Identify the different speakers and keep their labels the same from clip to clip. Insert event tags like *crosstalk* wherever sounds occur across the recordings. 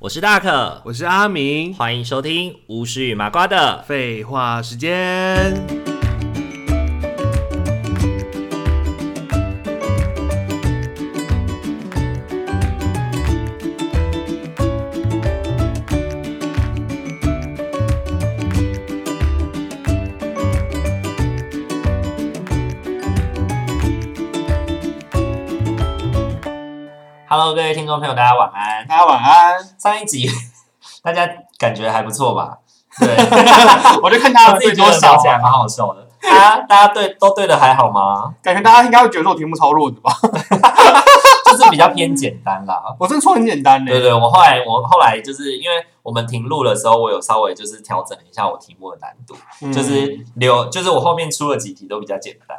Speaker 1: 我是大可，
Speaker 2: 我是阿明。
Speaker 1: 欢迎收听巫师与麻瓜的。
Speaker 2: 废话时间，
Speaker 1: Hello，各位听众朋友，大家晚安。
Speaker 2: 大家晚
Speaker 1: *laughs*
Speaker 2: 安。
Speaker 1: 上一集大家感觉还不错吧？ *laughs* 对，
Speaker 2: 我就看大家
Speaker 1: 自己
Speaker 2: 对
Speaker 1: 觉
Speaker 2: 多
Speaker 1: 得
Speaker 2: 少啊
Speaker 1: 聊起，来蛮好笑的。大家大家对都对的还好吗？
Speaker 2: 感觉大家应该会觉得我题目超弱的吧？
Speaker 1: 就是比较偏简单啦。
Speaker 2: 我真的错很简
Speaker 1: *laughs*
Speaker 2: 单
Speaker 1: 对
Speaker 2: 嘞。
Speaker 1: 对，我后来我后来就是因为我们停录的时候，我有稍微就是调整了一下我题目的难度，
Speaker 2: 嗯
Speaker 1: 就是留就是我后面出了几题都比较简单，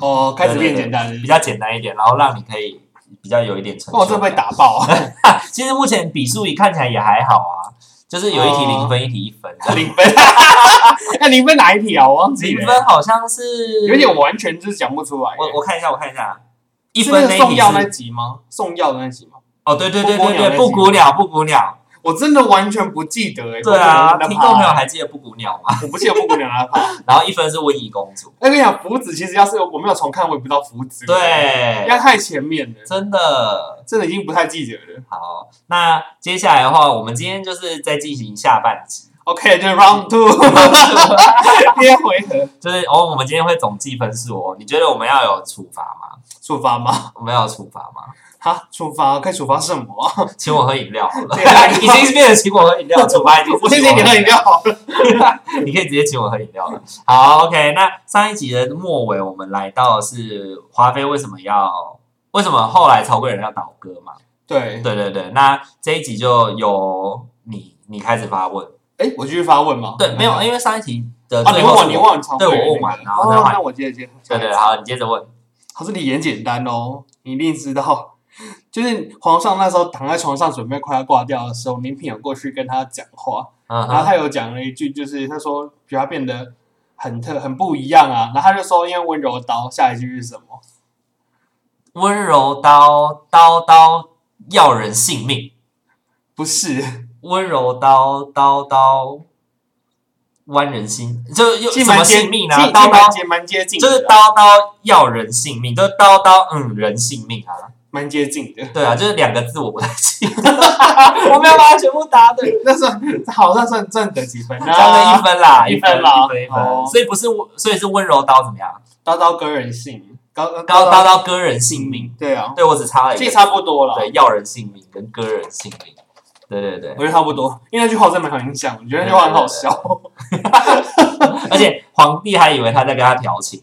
Speaker 2: 哦，开始
Speaker 1: 对对
Speaker 2: 变
Speaker 1: 对
Speaker 2: 简单了。
Speaker 1: 比较简单一点，然后让你可以比较有一点成
Speaker 2: 那
Speaker 1: 就。
Speaker 2: 我真的哦被打爆，啊
Speaker 1: 其实目前比数一看起来也还好啊，就是有一题
Speaker 2: 哦
Speaker 1: 零分，一题一分。
Speaker 2: 零
Speaker 1: *laughs*
Speaker 2: 分。那零分哪一题啊？我忘记
Speaker 1: 零
Speaker 2: 了，
Speaker 1: 分好像是
Speaker 2: 有点我完全就是讲不出来。
Speaker 1: 我我看一下，我看一下，一
Speaker 2: 是那
Speaker 1: 分
Speaker 2: 个
Speaker 1: 一
Speaker 2: 送
Speaker 1: 题
Speaker 2: 药那
Speaker 1: 是
Speaker 2: 集吗？送药的那集吗？
Speaker 1: 哦，对对对
Speaker 2: 布谷
Speaker 1: 对
Speaker 2: 鸟那
Speaker 1: 对，
Speaker 2: 集
Speaker 1: 布谷鸟，布谷鸟，
Speaker 2: 我真的完全不记得哎。
Speaker 1: 对啊，
Speaker 2: 布谷鸟那
Speaker 1: 听
Speaker 2: 趴
Speaker 1: 众朋友，还记得布谷鸟吗？ *laughs*
Speaker 2: 我不记得布谷鸟那趴。
Speaker 1: 然后一分是瘟疫公主，
Speaker 2: 那跟你讲，福子其实要是我没有重看，我也不知道福子。，
Speaker 1: 对
Speaker 2: 要，太前面了，
Speaker 1: 真的
Speaker 2: 真的已经不太记得了。
Speaker 1: 好。那接下来的话，我们今天就是在进行下半集，
Speaker 2: OK，就是
Speaker 1: *laughs*
Speaker 2: Round Two，第二回合
Speaker 1: 就是哦，我们今天会总计分数哦。你觉得我们要有处罚吗？
Speaker 2: 处罚吗？
Speaker 1: 我们要有处罚吗？
Speaker 2: 哈，处罚可以处罚什
Speaker 1: *laughs*
Speaker 2: 么？
Speaker 1: 请我喝饮料 *laughs* 好了，
Speaker 2: 对啊
Speaker 1: 已经是变成请我喝饮 *laughs* 料，处罚已经是
Speaker 2: 我先
Speaker 1: 请我
Speaker 2: 请你喝饮料好了。
Speaker 1: 你可以直接请我喝饮料了。好，OK，那上一集的末尾，我们来到的是华妃为什么要为什么后来曹贵人要倒戈嘛？
Speaker 2: 对，
Speaker 1: 对对对，那这一集就由你你开始发问。
Speaker 2: 哎，我继续发问吗？嗯
Speaker 1: 对，没有，因为哎上一集的
Speaker 2: 啊，
Speaker 1: 最
Speaker 2: 你
Speaker 1: 后
Speaker 2: 问
Speaker 1: 是
Speaker 2: 我，你问我超
Speaker 1: 对
Speaker 2: 贵的
Speaker 1: 我嗯哦
Speaker 2: 那
Speaker 1: 问完
Speaker 2: 个
Speaker 1: 然后再
Speaker 2: 哦
Speaker 1: 换
Speaker 2: 那我接着接着。
Speaker 1: 对对，好，你接着问。
Speaker 2: 他说你也很简单哦， *laughs* 你一定知道。就是皇上那时候躺在床上准备快要挂掉的时候，宁嫔有过去跟他讲话，
Speaker 1: 嗯
Speaker 2: 然后
Speaker 1: 哼，
Speaker 2: 他有讲了一句，就是他说比他变得很特很不一样啊，然后他就说因为温柔的刀，下一句是什么？
Speaker 1: 温柔刀刀刀要人性命，
Speaker 2: 不是，
Speaker 1: 温柔刀刀刀剜人心，就又
Speaker 2: 其实
Speaker 1: 什
Speaker 2: 蛮
Speaker 1: 么
Speaker 2: 接
Speaker 1: 性
Speaker 2: 近
Speaker 1: 命
Speaker 2: 的，
Speaker 1: 呢？
Speaker 2: 其实
Speaker 1: 刀刀
Speaker 2: 蛮接蛮接近的
Speaker 1: 就
Speaker 2: 啦，
Speaker 1: 是刀刀要人性命，就是刀刀嗯人性命啊，
Speaker 2: 蛮接近的。
Speaker 1: 对啊，就是两个字我不太
Speaker 2: *laughs*
Speaker 1: 记得，我没有把它全部答对，
Speaker 2: 那算好，那算算得几分
Speaker 1: 这样
Speaker 2: 啊
Speaker 1: 就一？分啦，
Speaker 2: 一
Speaker 1: 分
Speaker 2: 分啦
Speaker 1: 一分一
Speaker 2: 哦
Speaker 1: 分，所以不是温，所以是温柔刀怎么样？
Speaker 2: 刀刀割人性，高
Speaker 1: 刀刀刀割人性命，，
Speaker 2: 对啊，
Speaker 1: 对我只差了一
Speaker 2: 其
Speaker 1: 个，
Speaker 2: 实差不多了，
Speaker 1: 对要人性命跟割人性命，对对对
Speaker 2: 我，觉得差不多，因为那句话我真的蛮有印象，我觉得那句话很好笑。
Speaker 1: 而且皇帝还以为他在跟他调情，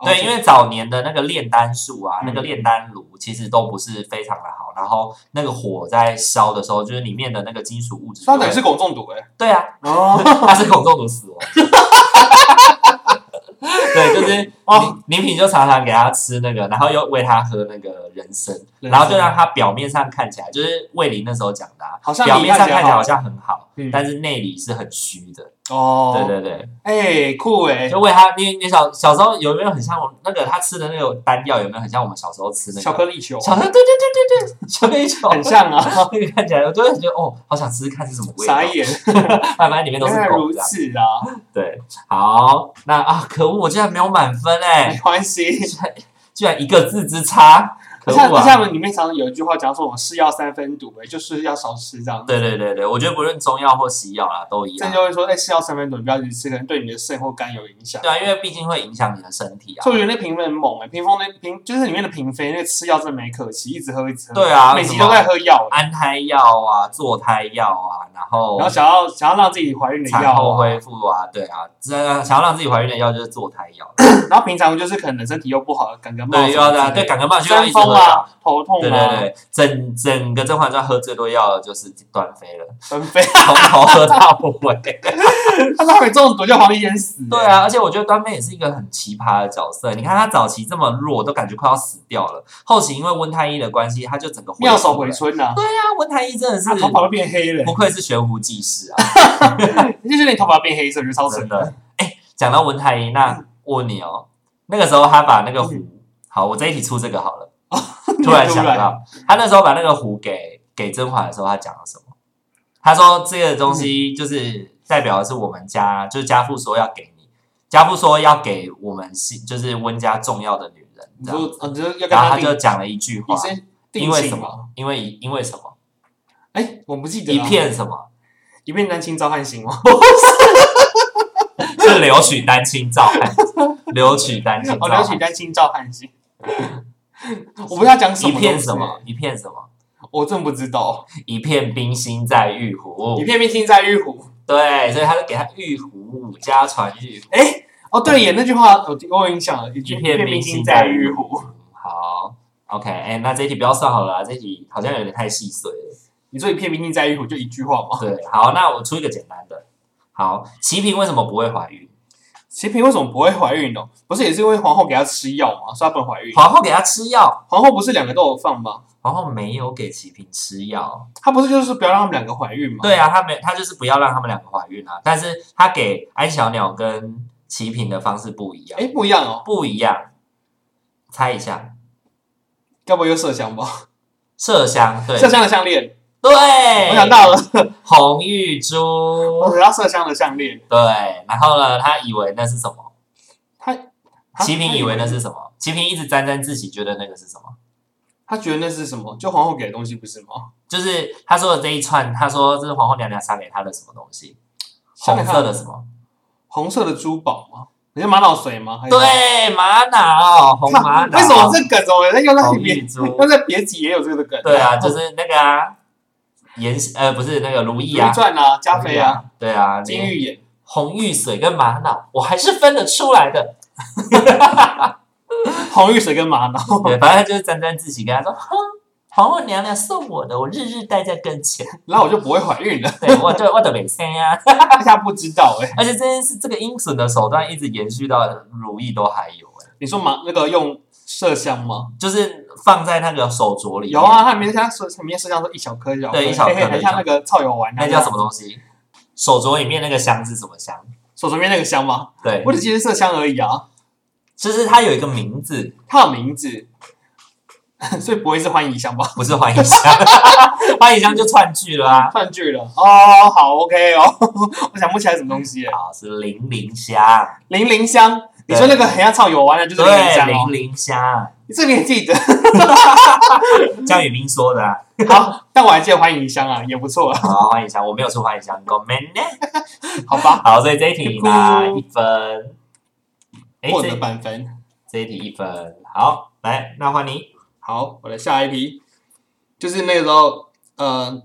Speaker 1: 对，
Speaker 2: OK
Speaker 1: 因为早年的那个炼丹术啊，
Speaker 2: 哦嗯
Speaker 1: 那个炼丹炉其实都不是非常的好，然后那个火在烧的时候，就是里面的那个金属物质就
Speaker 2: 所
Speaker 1: 会。
Speaker 2: 以它等于是汞中毒哎。
Speaker 1: 对啊，
Speaker 2: 哦，
Speaker 1: 它是汞中毒死亡。哦 *laughs* 对，就是
Speaker 2: 哦
Speaker 1: 林林品就常常给他吃那个，然后又喂他喝那个人参，然后就让他表面上看起来就是卫林那时候讲的、啊，
Speaker 2: 好像
Speaker 1: 表面上看起来好
Speaker 2: 像
Speaker 1: 像很好，
Speaker 2: 嗯
Speaker 1: 但是内里是很虚的。
Speaker 2: 哦，
Speaker 1: 对对对，
Speaker 2: 哎、酷哎、
Speaker 1: 就喂他，你你小小时候有没有很像我那个他吃的那个丹药？有没有很像我们小时候吃那个
Speaker 2: 巧克力球，
Speaker 1: 小时候对对对对对，巧克力球，
Speaker 2: 很像啊，
Speaker 1: 那个看起来我就会觉得哦，好想吃吃看是什么味道。
Speaker 2: 傻眼，
Speaker 1: 反正里面都
Speaker 2: 原
Speaker 1: 是
Speaker 2: 来
Speaker 1: 狗
Speaker 2: 如
Speaker 1: 这样。
Speaker 2: 此啊，
Speaker 1: 对，好，那啊，可恶，我居然没有满分哎、
Speaker 2: 没关系。
Speaker 1: 居然一个字之差，可
Speaker 2: 像
Speaker 1: 恶啊！
Speaker 2: 像里面常常有一句话讲说，我是要三分毒、哎，就是要少吃这样。
Speaker 1: 对啊对对对，我觉得不论中药或西药啦，都一
Speaker 2: 这
Speaker 1: 样
Speaker 2: 样。就会说，哎、是要三分毒，你不要一直吃，可能对你的肾或肝有影响。
Speaker 1: 对啊，因为毕竟会影响你的身体啊
Speaker 2: 所。以我觉得那嫔妃很猛哎、屏风那嫔就是里面的嫔妃，那个吃药真没可惜，一直喝一直喝，
Speaker 1: 对啊，
Speaker 2: 每集
Speaker 1: 什么
Speaker 2: 都在喝药、哎
Speaker 1: 安胎药啊、坐胎药啊，啊，然后
Speaker 2: 然后想要想要让自己怀孕的
Speaker 1: 产
Speaker 2: 药
Speaker 1: 后
Speaker 2: 啊、
Speaker 1: 恢复啊，对啊，这想要让自己怀孕的药就是坐胎
Speaker 2: *clears throat*
Speaker 1: 药，
Speaker 2: 然后平常就是可能身体又不好，感个冒
Speaker 1: 对，又要这样，
Speaker 2: 对
Speaker 1: 对，感冒需要一
Speaker 2: 伤
Speaker 1: 直
Speaker 2: 风
Speaker 1: 喝药。
Speaker 2: 啊、头痛
Speaker 1: 对对
Speaker 2: 啊、
Speaker 1: 对，整整个《甄嬛传》喝最多药的就是端妃了，
Speaker 2: 纷飞，
Speaker 1: 从头喝到尾。 *laughs*
Speaker 2: 他说没中毒就皇帝先死、
Speaker 1: 对，啊，而且我觉得端妃也是一个很奇葩的角色。你看她早期这么弱，都感觉快要死掉了。后期因为温太医的关系，她就整个
Speaker 2: 妙手
Speaker 1: 回
Speaker 2: 回
Speaker 1: 春。
Speaker 2: 春呐、
Speaker 1: 对啊，温太医真的是
Speaker 2: 他头发都变黑了
Speaker 1: 不，愧是悬壶济世啊，
Speaker 2: 就是你头发变黑色就超
Speaker 1: 真
Speaker 2: 神
Speaker 1: 的。哎、讲到温太医，那我问你哦，那个时候他把那个壶，好，我这一题出这个好了。嗯哦 *laughs* 突然想到，他那时候把那个壶给给甄嬛的时候，他讲了什么？他说这个东西就是代表的是我们家，就是家父说要给你，家父说要给我们是就是温家重要的女人，
Speaker 2: 你
Speaker 1: 这样。
Speaker 2: 说，呃你就要跟
Speaker 1: 然后
Speaker 2: 他
Speaker 1: 他
Speaker 2: 定
Speaker 1: 就讲了一句话
Speaker 2: 医，生
Speaker 1: 因
Speaker 2: 定
Speaker 1: 为
Speaker 2: 性
Speaker 1: 什
Speaker 2: 嘛？
Speaker 1: 么？因为因为什么？
Speaker 2: 哎，我不记得
Speaker 1: 一
Speaker 2: 了
Speaker 1: 片什么？ *laughs*
Speaker 2: 一片丹青照汗行吗？
Speaker 1: 是留取丹青照 *laughs* 汗，留取丹青照
Speaker 2: 哦，了
Speaker 1: 汗
Speaker 2: 解。丹青照汗
Speaker 1: *laughs*
Speaker 2: 行。我不知道讲什么
Speaker 1: 一
Speaker 2: 东西
Speaker 1: 片什么？，一片什么？
Speaker 2: 我真不知道。
Speaker 1: 一片冰心在玉壶
Speaker 2: 一。片冰心在玉壶。
Speaker 1: 对，所以他就给他玉壶家传玉壶。
Speaker 2: 哦，对耶，那句话我我有印象了，一句
Speaker 1: 一片
Speaker 2: 冰
Speaker 1: 冰
Speaker 2: 心
Speaker 1: 心
Speaker 2: 在
Speaker 1: 在
Speaker 2: 玉
Speaker 1: 玉
Speaker 2: 壶。
Speaker 1: 好，OK，哎、那这一题不要算好了啦，这一题好像有点太细碎了。
Speaker 2: 你说一片冰心在玉壶就一句话吗？
Speaker 1: 对，好，那我出一个简单的。好，齐嫔为什么不会怀孕？
Speaker 2: 齐嫔为什么不会怀孕呢？不是也是因为皇后给她吃药吗？所以她不能怀孕。
Speaker 1: 皇后给她吃药，
Speaker 2: 皇后不是两个都有放吗？
Speaker 1: 皇后没有给齐嫔吃药。
Speaker 2: 她不是就是不要让他们两个怀孕吗？
Speaker 1: 对啊，她没，她就是不要让他们两个怀孕啊。但是她给安小鸟跟齐嫔的方式不一样，
Speaker 2: 哎，不一样哦，
Speaker 1: 不一样。猜一下，
Speaker 2: 该不会有麝香吧？
Speaker 1: 麝香，对，
Speaker 2: 麝香的项链，
Speaker 1: 对，
Speaker 2: 我
Speaker 1: 我
Speaker 2: 想到了，
Speaker 1: 红玉
Speaker 2: 我
Speaker 1: 珠，
Speaker 2: 想到麝香的项链。
Speaker 1: 对，然后呢，她以为那是什么？
Speaker 2: 她她
Speaker 1: 齐平
Speaker 2: 她
Speaker 1: 以为那是什么？齐平一直沾沾自喜，觉得那个是什么？
Speaker 2: 她觉得那是什么？就皇后给的东西不是吗？
Speaker 1: 就是他说的这一串，他说这是皇后娘娘赏给他的什么东西？
Speaker 2: 赏给
Speaker 1: 红
Speaker 2: 她
Speaker 1: 色的什么？
Speaker 2: 红色的珠宝吗？你是玛瑙水吗？还是什么，
Speaker 1: 对，玛
Speaker 2: *laughs*
Speaker 1: 瑙，红玛瑙。
Speaker 2: 为什么这梗怎么在用在
Speaker 1: 红
Speaker 2: 里面
Speaker 1: 玉？珠
Speaker 2: 用？在别集也有这个梗。
Speaker 1: 对啊，就是那个啊，延呃不是那个如
Speaker 2: 《
Speaker 1: 意
Speaker 2: 如懿
Speaker 1: 啊，
Speaker 2: 传》啊，加菲啊，，
Speaker 1: 对啊，
Speaker 2: 金
Speaker 1: 你
Speaker 2: 玉眼。
Speaker 1: 红玉水跟玛瑙，我还是分得出来的。
Speaker 2: 红玉水跟玛瑙， *laughs*
Speaker 1: 对，反正就是沾沾自喜，跟他说，哼，皇后娘娘送我的，我日日带在跟前， *laughs*
Speaker 2: 然后我就不会怀孕了。
Speaker 1: 对我对我的美声啊。
Speaker 2: 大家不知道哎、
Speaker 1: 而且这件事，这个阴损的手段一直延续到如意都还有、欸，
Speaker 2: 你说玛那个用麝香吗？
Speaker 1: 就是放在那个手镯里。
Speaker 2: 有啊，，它里面像麝，里面麝香说一小颗一小颗，
Speaker 1: 对一小
Speaker 2: 嘿
Speaker 1: 颗
Speaker 2: 嘿很像那个超油丸，啊
Speaker 1: 那叫什么？东西？手镯里面那个香是什么香？
Speaker 2: 手镯边那个香吗？
Speaker 1: 对
Speaker 2: 我，只记得麝香而已啊，
Speaker 1: 就是它有一个名字，
Speaker 2: 它有名字， *laughs* 所以不会是欢宜香吧？
Speaker 1: 不是欢迎香， *laughs* 欢迎香就串句了啊。
Speaker 2: 断句了哦，好 OK 哦， *laughs* 我想不起来什么东西耶，
Speaker 1: 好，是零零香，
Speaker 2: 零零香。你说那个很像超油丸的，就是零零
Speaker 1: 对，
Speaker 2: 香
Speaker 1: 零
Speaker 2: 哦，
Speaker 1: 零香，
Speaker 2: 你这个你也记得 *laughs*
Speaker 1: 江宇斌说的啊。
Speaker 2: 好，但我还记得欢宜香啊，也不错，
Speaker 1: 好，欢迎香，我没有出欢迎香，够 man 呢。
Speaker 2: 好吧，
Speaker 1: 好，所以这一题拿一分，哎，
Speaker 2: 获得
Speaker 1: 这
Speaker 2: 满分。
Speaker 1: 这一题一分，好，来，那换你。
Speaker 2: 好，我的下一题就是那个时候，呃，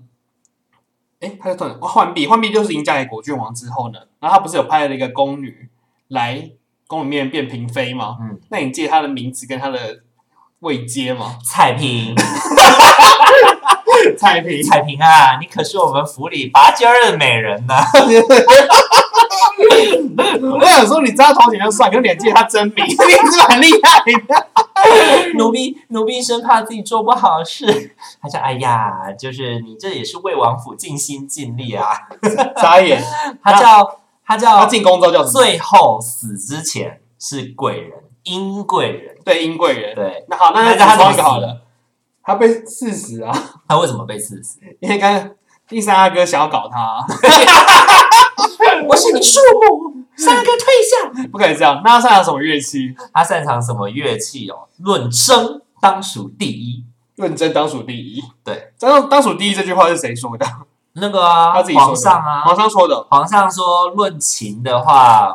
Speaker 2: 哎，他就算哦浣碧，浣碧就是迎嫁给果郡王之后呢，然后他不是有派了一个宫女来宫里面变嫔妃吗？
Speaker 1: 嗯，？
Speaker 2: 那你记得她的名字跟她的位阶吗 *laughs*
Speaker 1: 蔡 *laughs* 平，
Speaker 2: 蔡嫔，
Speaker 1: 蔡平啊，你可是我们府里拔尖儿的美人呢、
Speaker 2: *laughs* 我想说你知道头衔就算，可是你还记得她真名， *laughs* 你也是蛮厉害的。
Speaker 1: *laughs* 奴婢奴婢生怕自己做不好事，他说：“哎呀，就是你这也是为王府尽心尽力 *laughs* 啊。
Speaker 2: 眨眼，”
Speaker 1: 他叫他
Speaker 2: 她
Speaker 1: 叫
Speaker 2: 进宫之后叫什么？
Speaker 1: 最后死之前是贵人，殷贵人。
Speaker 2: 对，殷贵人。
Speaker 1: 对，
Speaker 2: 那好，那
Speaker 1: 那她怎
Speaker 2: 再说
Speaker 1: 么
Speaker 2: 一
Speaker 1: 死
Speaker 2: 个好了，她被刺死啊。
Speaker 1: 他为什么被刺死？
Speaker 2: 因为刚刚第三阿哥想要
Speaker 1: *laughs*
Speaker 2: 搞他，
Speaker 1: 啊我是你庶母，三哥退下。
Speaker 2: 不可以这样。那他擅长什么乐器？
Speaker 1: 他擅长什么乐器哦？论声当属第一。
Speaker 2: 认真当属第一。
Speaker 1: 对，
Speaker 2: 当当属第一这句话是谁说的？
Speaker 1: 那个啊，
Speaker 2: 他自己说的。
Speaker 1: 皇上啊，
Speaker 2: 皇上说的。
Speaker 1: 皇上说，论琴的话，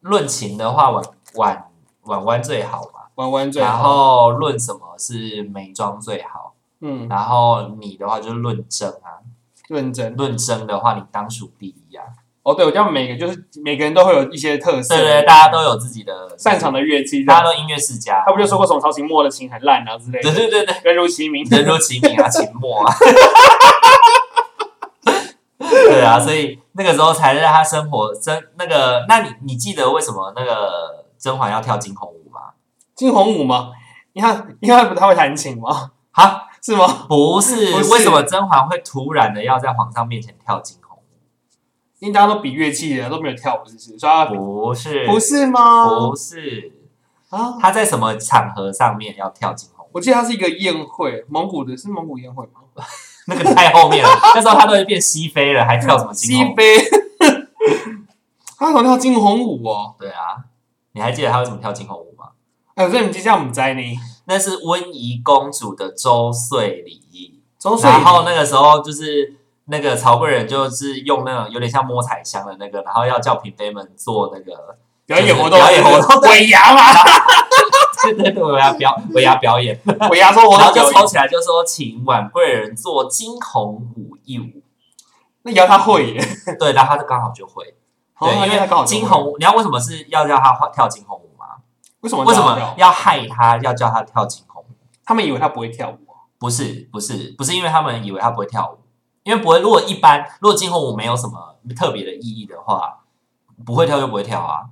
Speaker 1: 论琴的话，婉婉婉婉最好嘛。
Speaker 2: 弯弯最
Speaker 1: 然
Speaker 2: 好。
Speaker 1: 后论什么是眉妆最好，
Speaker 2: 嗯，
Speaker 1: 然后你的话就是论证啊。
Speaker 2: 认真。
Speaker 1: 论争的话，你当属第一啊。
Speaker 2: 哦，对，我叫每个就是每个人都会有一些特色，
Speaker 1: 对对对，大家都有自己的
Speaker 2: 擅长，的乐器。
Speaker 1: 大家都音乐世家
Speaker 2: 他。不就说过什么曹琴墨的琴很烂啊之类
Speaker 1: 对
Speaker 2: 的，
Speaker 1: 对对对，
Speaker 2: 人如其名。
Speaker 1: 人如其名啊，秦末啊。对啊，所以那个时候才让他生活真那个，那你你记得为什么那个甄嬛要跳惊鸿舞吗？
Speaker 2: 金鸿舞吗？你看，因为不他会弹琴吗？ *laughs*
Speaker 1: 哈，
Speaker 2: 是吗？
Speaker 1: 不是，
Speaker 2: 不是
Speaker 1: 为什么甄嬛会突然的要在皇上面前跳惊鸿舞？
Speaker 2: 因为大家都比乐器的，都没有跳舞，是不是？所以他
Speaker 1: 不是，
Speaker 2: 不，是吗
Speaker 1: 不？是，
Speaker 2: 啊，
Speaker 1: 他在什么场合上面要跳惊鸿舞？
Speaker 2: 我记得它是一个宴会，蒙古的是蒙古宴会吗？
Speaker 1: 那个太后面了，那时候他都已经变熹妃了，还跳什么惊鸿
Speaker 2: 西
Speaker 1: 舞？
Speaker 2: 非， *laughs* 他好像跳金鸿舞哦。
Speaker 1: 对啊，你还记得他为什么跳惊鸿舞吗？
Speaker 2: 哎，我这你记下我们在呢。
Speaker 1: 那是温宜公主的周岁礼仪。
Speaker 2: 周水
Speaker 1: 然后那个时候就是那个曹贵人就是用那种有点像摸彩箱的那个，然后要叫嫔妃们做那个， *laughs*
Speaker 2: 表演活动，
Speaker 1: 表演活动
Speaker 2: 尾牙嘛，
Speaker 1: 对对对，我要
Speaker 2: *laughs*
Speaker 1: 表我要表演，
Speaker 2: 尾牙说活
Speaker 1: 然后
Speaker 2: 动
Speaker 1: 就抽
Speaker 2: 表演，
Speaker 1: 起来就说请婉贵人做惊鸿舞一舞，
Speaker 2: 那摇他会耶，
Speaker 1: 对，然后他就刚好就会，对，
Speaker 2: 哦
Speaker 1: 因
Speaker 2: 他刚好
Speaker 1: 为
Speaker 2: 就会
Speaker 1: 惊鸿，你要为什么是要叫他跳惊鸿舞吗？
Speaker 2: 为什么
Speaker 1: 为什
Speaker 2: 这
Speaker 1: 么
Speaker 2: 样跳
Speaker 1: 要害他要叫他跳惊鸿舞？
Speaker 2: 他们以为他不会跳舞？
Speaker 1: 不是不是不是因为他们以为他不会跳舞，因为不会。如果一般，如果惊鸿舞没有什么特别的意义的话，不会跳就不会跳啊。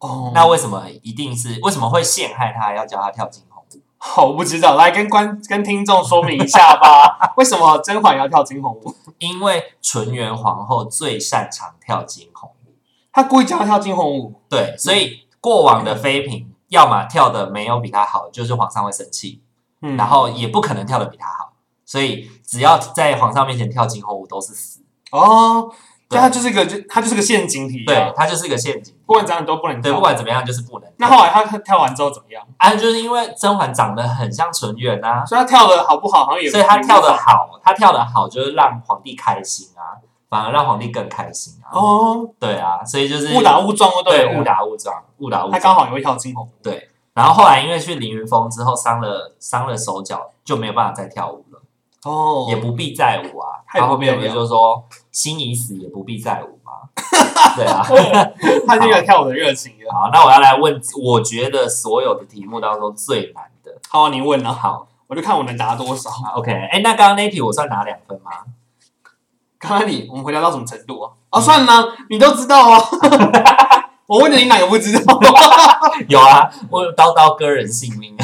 Speaker 2: 哦，
Speaker 1: 那为什么一定是为什么会陷害他，要叫他跳惊鸿舞？
Speaker 2: 好，我不知道，来跟观跟听众说明一
Speaker 1: *laughs*
Speaker 2: 下吧，为什么甄嬛要跳金鸿舞？
Speaker 1: 因为纯元皇后最擅长跳惊鸿舞，
Speaker 2: 他故意叫他跳金鸿舞，
Speaker 1: 对，所以过往的妃嫔要么跳的没有比她好，就是皇上会生气，
Speaker 2: 嗯
Speaker 1: 然后也不可能跳的比她好，所以只要在皇上面前跳惊鸿舞都是死。
Speaker 2: 哦，
Speaker 1: 对
Speaker 2: 但他就是个就他就是个陷阱题
Speaker 1: 对
Speaker 2: 啊，，
Speaker 1: 它就是个陷阱。
Speaker 2: 不管怎样你都不能
Speaker 1: 对，
Speaker 2: 跳
Speaker 1: 不。管怎么样就是不能跳。
Speaker 2: 那后来他他跳完之后怎么样？
Speaker 1: 啊，就是因为甄嬛长得很像纯元啊，
Speaker 2: 所以他跳的好不好，好像也
Speaker 1: 所以她跳的好，她跳的好就是让皇帝开心啊，反而让皇帝更开心啊。，
Speaker 2: 哦，
Speaker 1: 对啊，所以就是
Speaker 2: 误打误撞哦，
Speaker 1: 对
Speaker 2: 了
Speaker 1: 误，打误撞，误打误
Speaker 2: 他
Speaker 1: 撞。
Speaker 2: 刚好也会跳金鸿舞，
Speaker 1: 然后后来因为去凌云峰之后伤了伤了手脚，就没有办法再跳舞了，
Speaker 2: 哦
Speaker 1: 也不必再舞啊。
Speaker 2: 太
Speaker 1: 他
Speaker 2: 不
Speaker 1: 后面有个
Speaker 2: 必要
Speaker 1: 就说心已死，也不必再舞嘛。 *laughs* 对啊。
Speaker 2: 哦他这个跳舞的热情了。
Speaker 1: 好，那我要来问，我觉得所有的题目当中最难的。
Speaker 2: 好，你问了，
Speaker 1: 好
Speaker 2: 我就看我能答多少。
Speaker 1: 好，OK，哎，那刚刚那题我算拿两分吗？
Speaker 2: 刚刚你我们回答到什么程度啊？哦，算了，你都知道啊。 *laughs* 我问的你哪个不知道？ *laughs*
Speaker 1: *laughs* 有啊，我有叨叨个人性命。 *laughs*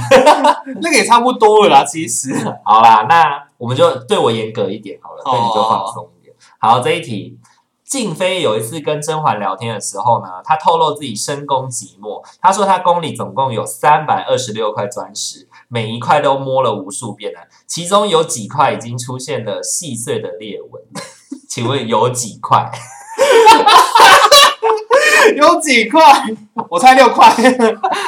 Speaker 2: 那个也差不多了啦，其实。
Speaker 1: 好啦，那我们就对我严格一点好了，
Speaker 2: 哦
Speaker 1: 对你就放松一点。好，这一题，静妃有一次跟甄嬛聊天的时候呢，她透露自己深宫寂寞。她说她宫里总共有三百二十六块砖石，每一块都摸了无数遍了，其中有几块已经出现了细碎的裂纹。 *laughs* 请问有几块？
Speaker 2: *laughs*
Speaker 1: *laughs*
Speaker 2: 有几块？我猜六块。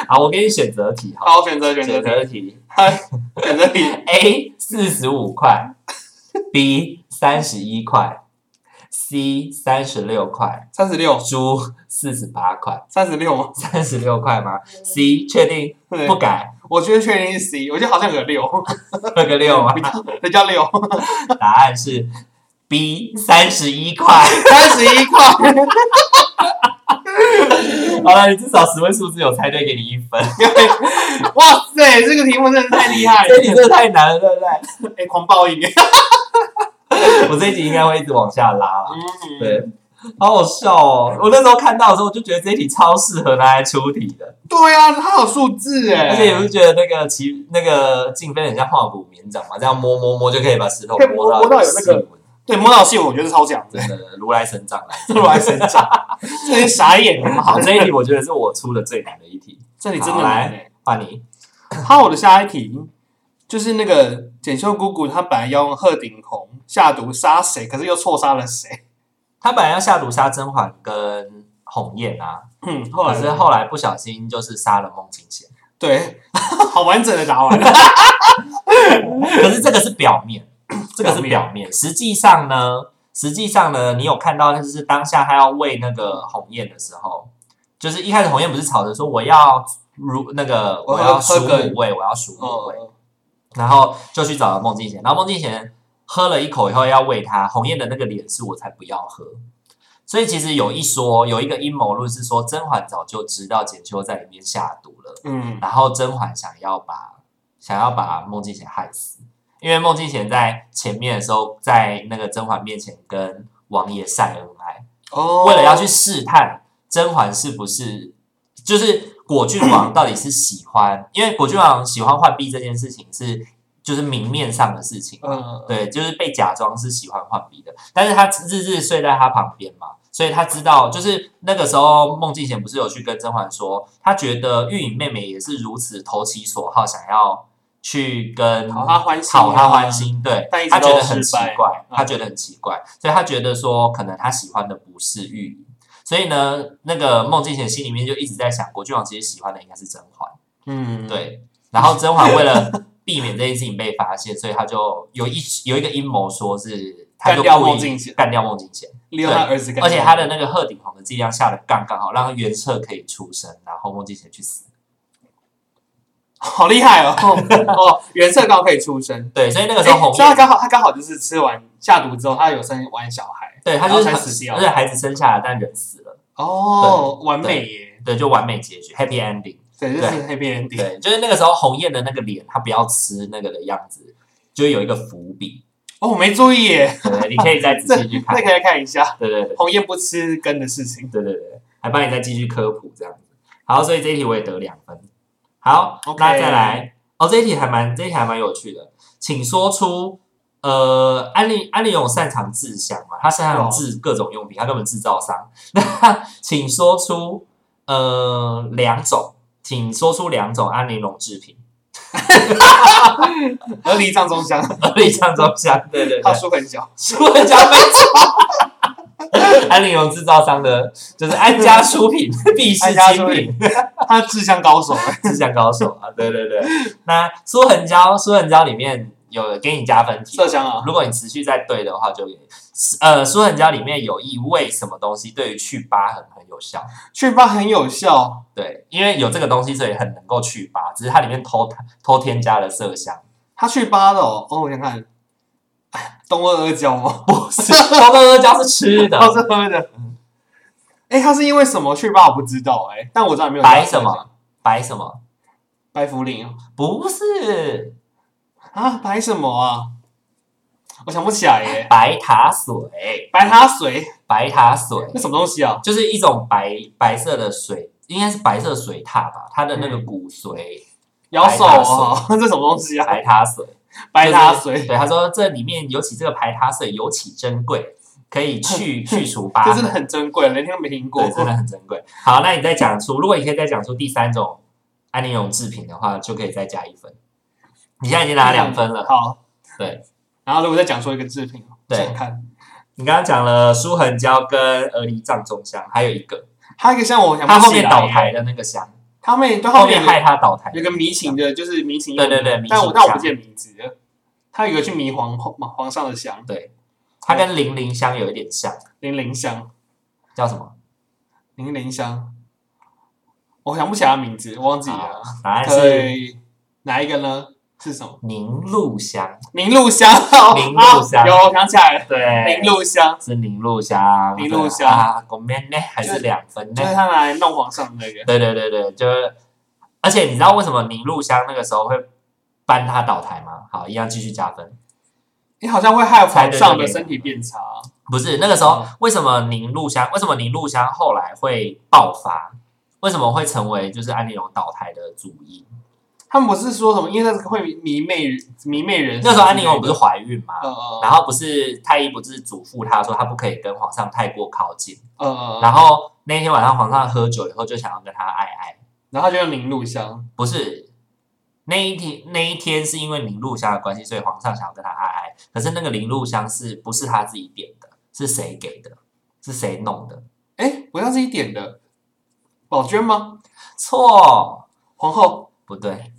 Speaker 1: 好，我给你选择题好了，
Speaker 2: *laughs* 好，选择选择
Speaker 1: 选
Speaker 2: 题，
Speaker 1: 择题
Speaker 2: *laughs* 选择题。
Speaker 1: A 四十五块，B 三十一块，C 三十六块，
Speaker 2: 三十六，
Speaker 1: 猪四十八块，
Speaker 2: 三十六吗？
Speaker 1: 三十六块吗？C 确定
Speaker 2: 对
Speaker 1: 不，改
Speaker 2: 我觉得确定是 C，我觉得好像有 *laughs* 六，
Speaker 1: 二个六吗？
Speaker 2: 这叫六，
Speaker 1: 答案是 B 三十一块。
Speaker 2: 三十一块。
Speaker 1: 好了，你至少十位数字有猜对，给你一分。
Speaker 2: *laughs* 哇塞，这个题目真的太厉害
Speaker 1: 这一题
Speaker 2: 了！
Speaker 1: 真的太难了，对不对？
Speaker 2: 哎，狂暴一点。
Speaker 1: *laughs* 我这一集应该会一直往下拉啦。
Speaker 2: 嗯，
Speaker 1: 对，好好笑哦！我那时候看到的时候，我就觉得这一题超适合拿来出题的。
Speaker 2: 对啊，它有数字哎，
Speaker 1: 而且你不觉得那个骑那个静妃很像画骨绵掌嘛？这样摸摸摸就可以把石头
Speaker 2: 可以摸摸
Speaker 1: 到
Speaker 2: 到
Speaker 1: 有
Speaker 2: 有那个对摸到细我觉得超强的，
Speaker 1: 真的如来神掌来
Speaker 2: 这我还神长，这是傻眼了嘛
Speaker 1: 好，？这一题我觉得是我出的最难的一题。
Speaker 2: 这里真的难哎。
Speaker 1: 换你，
Speaker 2: 好，我的下一题就是那个检修姑姑，她本来要用鹤顶红下毒杀谁，可是又错杀了谁？
Speaker 1: 他本来要下毒杀甄嬛跟红艳啊，
Speaker 2: 嗯，后
Speaker 1: 可
Speaker 2: 来
Speaker 1: 是后来不小心就是杀了孟清贤。
Speaker 2: 对， *laughs* 好完整的答完。
Speaker 1: 可是这个是表面，这个是
Speaker 2: 表
Speaker 1: 表面，实际上呢，实际上呢，你有看到就是当下他要喂那个鸿雁的时候，就是一开始鸿雁不是吵着说我要如那个
Speaker 2: 我
Speaker 1: 我
Speaker 2: 要
Speaker 1: 要
Speaker 2: 喝
Speaker 1: 熟
Speaker 2: 个嗯
Speaker 1: 母喂，我要熟母喂，
Speaker 2: 哦，
Speaker 1: 然后就去找了孟静贤，然后孟静贤喝了一口以后要喂他，鸿雁的那个脸是我才不要喝。所以其实有一说，有一个阴谋论是说，甄嬛早就知道简秋在里面下毒了，
Speaker 2: 嗯，
Speaker 1: 然后甄嬛想要把想要把孟静娴害死，因为孟静娴在前面的时候，在那个甄嬛面前跟王爷晒恩爱，
Speaker 2: 哦，
Speaker 1: 为了要去试探甄嬛是不是就是果郡王到底是喜欢，因为果郡王喜欢浣碧这件事情是就是明面上的事情，
Speaker 2: 嗯，
Speaker 1: 对，就是被假装是喜欢浣碧的，但是他日日睡在他旁边嘛，所以他知道，就是那个时候孟静娴不是有去跟甄嬛说，她觉得玉隐妹妹也是如此投其所好，想要去跟
Speaker 2: 讨她欢心
Speaker 1: 讨她
Speaker 2: 啊
Speaker 1: 欢心，对
Speaker 2: 但一，直
Speaker 1: 她觉
Speaker 2: 都
Speaker 1: 得很
Speaker 2: 失
Speaker 1: 奇
Speaker 2: 败
Speaker 1: 怪，她
Speaker 2: 嗯
Speaker 1: 觉得很奇怪，所以她觉得说，可能她喜欢的不是玉隐，所以呢，那个孟静娴心里面就一直在想，国君王其实喜欢的应该是甄嬛。
Speaker 2: 嗯，
Speaker 1: 对，然后甄嬛为了避免这件事情被发现，所以她就有一有一个阴谋，说是她就
Speaker 2: 干掉
Speaker 1: 故意
Speaker 2: 孟静娴
Speaker 1: 干掉孟静娴，
Speaker 2: 利用他儿子干，
Speaker 1: 而且她的那个鹤顶红的剂量下的刚刚好，让袁彻可以出生，然后孟静娴去死。
Speaker 2: 好厉害哦，哦，袁彻刚好可以出生，
Speaker 1: 对，所以那个
Speaker 2: *laughs* 诶
Speaker 1: 时候红
Speaker 2: 所以他
Speaker 1: 叶，
Speaker 2: 刚好他刚好就是吃完下毒之后，他有生完小孩，
Speaker 1: 对她
Speaker 2: 然
Speaker 1: 就
Speaker 2: 后
Speaker 1: 是
Speaker 2: 才
Speaker 1: 很
Speaker 2: 死掉
Speaker 1: 而且孩子生下来，但人死了，
Speaker 2: 哦，完美耶，
Speaker 1: 对，就完美结局，happy ending。
Speaker 2: 对，这是 happy ending，
Speaker 1: 对，就是那个时候鸿雁的那个脸，她不要吃那个的样子，就有一个伏笔。
Speaker 2: 哦，我没注意耶，
Speaker 1: 对，你可以再
Speaker 2: 这
Speaker 1: 仔细去看
Speaker 2: *laughs* 这。可以来看一下
Speaker 1: 对对对。
Speaker 2: 鸿雁不吃根的事情，
Speaker 1: 对对对，还帮你再继续科普这样子。好，所以这一题我也得两分。好
Speaker 2: OK
Speaker 1: 那再来哦，这一题还蛮这一题还蛮有趣的，请说出呃，安利安利勇擅长制香嘛，他擅长制各种用品，他根本制造商。 *laughs* 那请说出呃两种，请说出两种安利农制品， *laughs*
Speaker 2: 而离藏中香，
Speaker 1: 安利香中香，对对
Speaker 2: 他
Speaker 1: 对，
Speaker 2: 书很小，
Speaker 1: 书人家非常。 *laughs* 安利农制造商的就是安家书品必
Speaker 2: 安
Speaker 1: 是
Speaker 2: 家
Speaker 1: 精
Speaker 2: 书
Speaker 1: 品
Speaker 2: 品。他是智商高手，
Speaker 1: 智商高手啊， *laughs* 对对对。那苏恒胶，苏恒胶里面有给你加分题，
Speaker 2: 麝香啊，
Speaker 1: 如果你持续在对的话，就给你。呃，苏恒胶里面有一味什么东西对于去疤痕很有效？
Speaker 2: 去疤很有效，
Speaker 1: 对，因为有这个东西，所以很能够去疤，只是它里面偷偷添加了麝香，
Speaker 2: 他去疤的哦，哦，我想看，哎东阿阿胶吗？
Speaker 1: 不是偷偷胶是吃的
Speaker 2: 哦，，是喝的。哎，他是因为什么去疤我不知道哎，但我知道没有
Speaker 1: 白什么白什么？
Speaker 2: 白茯苓哦
Speaker 1: 不是
Speaker 2: 啊，白什么啊？我想不起来耶。
Speaker 1: 白塔水，
Speaker 2: 白塔水
Speaker 1: 白塔水
Speaker 2: 那什么东西啊？
Speaker 1: 就是一种白白色的水，应该是白色水獭吧，它的那个
Speaker 2: 嗯
Speaker 1: 骨髓。
Speaker 2: 摇手啊， *laughs* 这什么东西啊？
Speaker 1: 排他水，
Speaker 2: 白塔水，
Speaker 1: 对他说这里面尤其这个排他水尤其珍贵，可以
Speaker 2: *laughs*
Speaker 1: 去去除疤
Speaker 2: 这
Speaker 1: 痕，
Speaker 2: 真的很珍贵，连听都没听过
Speaker 1: 对，。真的很珍贵。好，那你再讲出，如果你可以再讲出第三种安利永制品的话，就可以再加一分。你现在已经拿两分了，
Speaker 2: 好，
Speaker 1: 对。
Speaker 2: 然后如果再讲出一个制品，
Speaker 1: 对
Speaker 2: 想看，
Speaker 1: 你刚刚讲了舒痕胶跟鹅梨藏中香，还有一个
Speaker 2: 还有一个像我想
Speaker 1: 他
Speaker 2: 不
Speaker 1: 后
Speaker 2: 起
Speaker 1: 面
Speaker 2: 来
Speaker 1: 倒台，的那个香，
Speaker 2: 他面对
Speaker 1: 后
Speaker 2: 后
Speaker 1: 面
Speaker 2: 面
Speaker 1: 害他倒台
Speaker 2: 有，有个迷情的，就是迷情用的，
Speaker 1: 对对对迷情
Speaker 2: 但我但我
Speaker 1: 香
Speaker 2: 不记得名字了。他有一个去迷皇后嘛皇上的香，
Speaker 1: 它跟零零香有一点像，
Speaker 2: 零零香，
Speaker 1: 叫什么？
Speaker 2: 零零香，我想不起来名字，我忘记
Speaker 1: 好
Speaker 2: 了。
Speaker 1: 答案
Speaker 2: 可
Speaker 1: 啊是
Speaker 2: 以哪一个呢？是什么？
Speaker 1: 凝露香，
Speaker 2: 明露香，
Speaker 1: *laughs* 明露香
Speaker 2: 啊 *laughs* 有我想起来了，
Speaker 1: 对，
Speaker 2: 明露香
Speaker 1: 是凝露香，
Speaker 2: 凝露香
Speaker 1: 啊，我们呢还是两分
Speaker 2: 就是
Speaker 1: 呢？
Speaker 2: 他拿来弄皇上的那个，
Speaker 1: 对对对对，就是，而且你知道为什么凝露香那个时候会搬他倒台吗？好，一样继续加分。
Speaker 2: 你好像会害皇上的身体变差，
Speaker 1: 不是那个时
Speaker 2: 嗯
Speaker 1: 候为什么凝露香？为什么凝露香后来会爆发？为什么会成为就是安陵容倒台的主因？
Speaker 2: 他们不是说什么，因为那个会迷妹迷妹人，
Speaker 1: 那时候安陵容不是，怀孕吗？
Speaker 2: 呃呃，
Speaker 1: 然后不是太医不是嘱咐她说她不可以跟皇上太过靠近，
Speaker 2: 呃呃，
Speaker 1: 然后那天晚上皇上喝酒以后就想要跟她爱爱，
Speaker 2: 然后他就用明露香，
Speaker 1: 不是那一天，那一天是因为林露香的关系，所以皇上想要跟他爱爱。可是那个林露香是不是他自己点的？是谁给的？是谁弄的？
Speaker 2: 哎，不像是一点的，宝娟吗？
Speaker 1: 错，
Speaker 2: 皇后，
Speaker 1: 不对，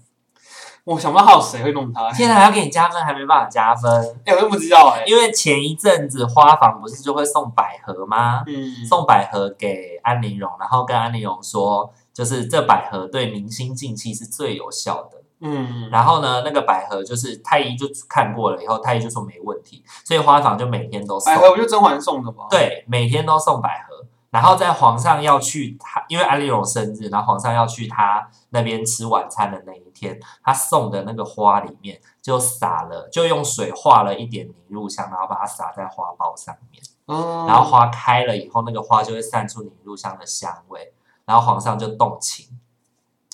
Speaker 2: 我想不到还有谁会弄他， *laughs*
Speaker 1: 现在还要给你加分，还没办法加分，
Speaker 2: 哎，我都不知道哎，
Speaker 1: 因为前一阵子花房不是就会送百合吗？
Speaker 2: 嗯，
Speaker 1: 送百合给安陵容，然后跟安陵容说，就是这百合对明心静气是最有效的。
Speaker 2: 嗯，
Speaker 1: 然后呢，那个百合就是太医就看过了以后，太医就说没问题，所以花房就每天都送
Speaker 2: 百，合不就甄嬛送的吗？，
Speaker 1: 对，每天都送百合。然后在皇上要去他，因为安陵容生日，然后皇上要去他那边吃晚餐的那一天，他送的那个花里面就撒了，就用水化了一点凝露香，然后把它撒在花苞上面。
Speaker 2: 嗯，
Speaker 1: 然后花开了以后，那个花就会散出凝露香的香味，然后皇上就动情，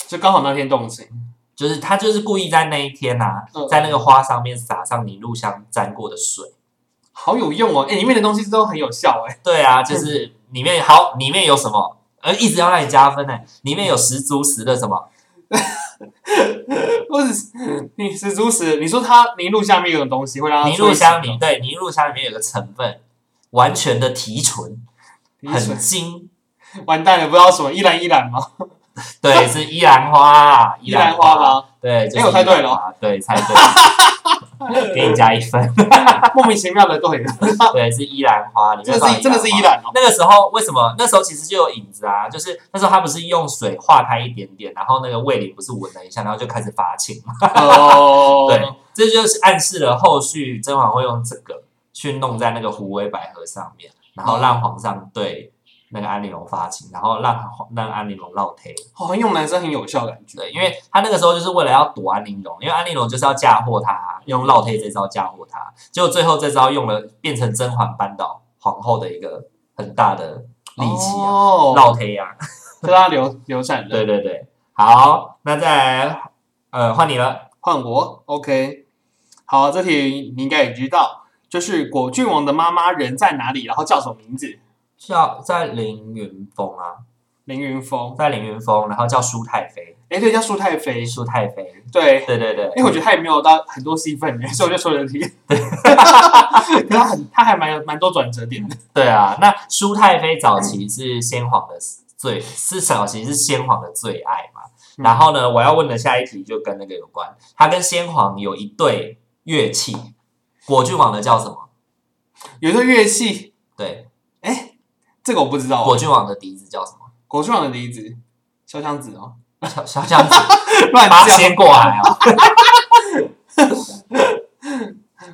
Speaker 2: 就刚好那天动情，
Speaker 1: 就是他就是故意在那一天啊呐、
Speaker 2: 嗯
Speaker 1: 在那个花上面撒上凝露香沾过的水。
Speaker 2: 好有用哦！哎，里面的东西都很有效哎。
Speaker 1: 对啊，就是里面好，里面有什么？呃，一直要让你加分呢、欸里面有十足十的什么？
Speaker 2: *laughs* 我只是 *laughs* 你十足十，你说它凝露下面有种东西会让它
Speaker 1: 凝露香
Speaker 2: 追
Speaker 1: 里对凝露香里面有个成分，完全的提纯，
Speaker 2: 寻
Speaker 1: 很精。
Speaker 2: 水 *laughs* 完蛋了，不知道什么依兰依兰吗？
Speaker 1: 对，是依兰花，依
Speaker 2: *laughs* 依兰花吗？
Speaker 1: 对，就是
Speaker 2: 哎我猜对了
Speaker 1: 依兰花，对，猜对
Speaker 2: *laughs*
Speaker 1: 了，给你加一分。
Speaker 2: 莫名其妙的 *laughs* 对，
Speaker 1: 对，是依兰花，里
Speaker 2: 真
Speaker 1: 面
Speaker 2: 的
Speaker 1: 放
Speaker 2: 是真的是
Speaker 1: 花
Speaker 2: 依。兰哦。
Speaker 1: 那个时候为什么？那时候其实就有影子啊，就是那时候他不是用水化开一点点，然后那个卫灵不是闻了一下，然后就开始发情嘛。
Speaker 2: *laughs* 哦，
Speaker 1: 对，这就是暗示了后续甄嬛会用这个去弄在那个胡薇百合上面，然后让皇上对那个安陵容发情，然后让皇让安陵容落胎。
Speaker 2: 好像用男生哦很有效的感觉。
Speaker 1: 对，因为他那个时候就是为了要躲安陵容，因为安陵容就是要嫁祸他，用烙铁这招嫁祸他，结果最后这招用了，变成甄嬛扳倒皇后的一个很大的利器啊，
Speaker 2: 哦，
Speaker 1: 烙铁啊，
Speaker 2: 让它流流产的。
Speaker 1: 对对对，好，那再来呃换你了，
Speaker 2: 换我，OK。好，这题你应该也知道，就是果郡王的妈妈人在哪里，然后叫什么名字？
Speaker 1: 叫在凌云峰啊，
Speaker 2: 凌云峰。
Speaker 1: 在凌云峰，然后叫舒太妃，
Speaker 2: 哎，对，叫舒太妃。
Speaker 1: 舒太妃，
Speaker 2: 对，
Speaker 1: 对对对
Speaker 2: 因为我觉得他也没有到很多戏份， *laughs* 所以我就说人题。可他很，他还蛮有蛮多转折点的。
Speaker 1: 对啊，那舒太妃早期是先皇的最，是早期是先皇的最爱嘛。
Speaker 2: 嗯
Speaker 1: 然后呢，我要问的下一题就跟那个有关，他跟先皇有一对乐器，果郡王的叫什么？
Speaker 2: 有一个乐器，
Speaker 1: 对，
Speaker 2: 哎，这个我不知道哦。
Speaker 1: 果郡王的笛子叫什么？
Speaker 2: 果郡王的笛子，潇湘子 *laughs* 哦，
Speaker 1: 小小小 *laughs* 子
Speaker 2: 乱
Speaker 1: 八
Speaker 2: 叫
Speaker 1: 仙过海啊！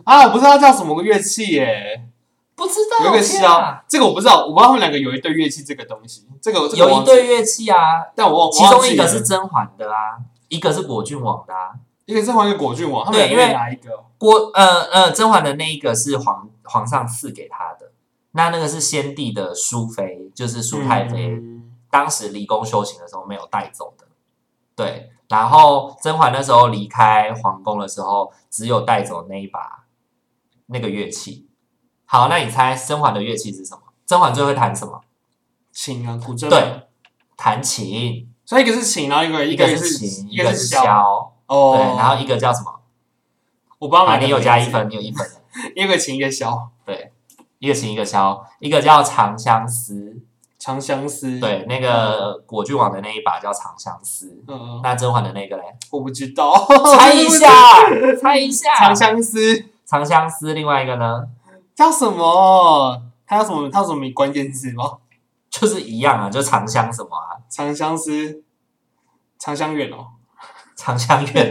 Speaker 2: 啊！我不知道叫什么个乐器耶，
Speaker 1: *laughs* 不知道，
Speaker 2: 有一个
Speaker 1: 天啊
Speaker 2: 箫，这个我不知道，我不知道他们两个有一对乐器这个东西，这个这个我
Speaker 1: 有
Speaker 2: 忘
Speaker 1: 一
Speaker 2: 记
Speaker 1: 对乐器啊，
Speaker 2: 但我忘，
Speaker 1: 其
Speaker 2: 我忘
Speaker 1: 中
Speaker 2: 记
Speaker 1: 一个
Speaker 2: 了
Speaker 1: 是甄嬛的啊，一个是果郡王的啊。
Speaker 2: 一个是换一个果郡王，他们
Speaker 1: 对
Speaker 2: 两个人拿一个，
Speaker 1: 郭呃呃，甄嬛的那一个是皇皇上赐给她的，那那个是先帝的淑妃，就是淑太妃，
Speaker 2: 嗯
Speaker 1: 当时离宫修行的时候没有带走的。对，然后甄嬛那时候离开皇宫的时候，只有带走那一把那个乐器。好，那你猜甄嬛的乐器是什么？甄嬛最会弹什么？
Speaker 2: 琴啊，古筝嘛
Speaker 1: 对，弹琴，
Speaker 2: 所以一个是琴，然后一个
Speaker 1: 一
Speaker 2: 一个
Speaker 1: 是
Speaker 2: 是
Speaker 1: 琴，
Speaker 2: 一
Speaker 1: 一个
Speaker 2: 个
Speaker 1: 是
Speaker 2: 箫，
Speaker 1: 箫，
Speaker 2: 哦，
Speaker 1: 对，然后一个叫什么？
Speaker 2: 我帮
Speaker 1: 啊，你有加一，分，你有一分。
Speaker 2: 一个琴一个箫，
Speaker 1: 对，一个琴一个箫，一个叫长相思，
Speaker 2: 长相思，，
Speaker 1: 对，那个果郡王的那一把叫长相思，
Speaker 2: 嗯，
Speaker 1: 那甄嬛的那个嘞，
Speaker 2: 我不知道，
Speaker 1: 猜一下，猜一下，
Speaker 2: *laughs* 长相思
Speaker 1: 长相思，另外一个呢，
Speaker 2: 叫什么？它有什么？它有什么关键字吗？
Speaker 1: 就是一样啊，就长相什么啊，
Speaker 2: 长相思，长相远哦，
Speaker 1: 长相
Speaker 2: *laughs*
Speaker 1: 怨，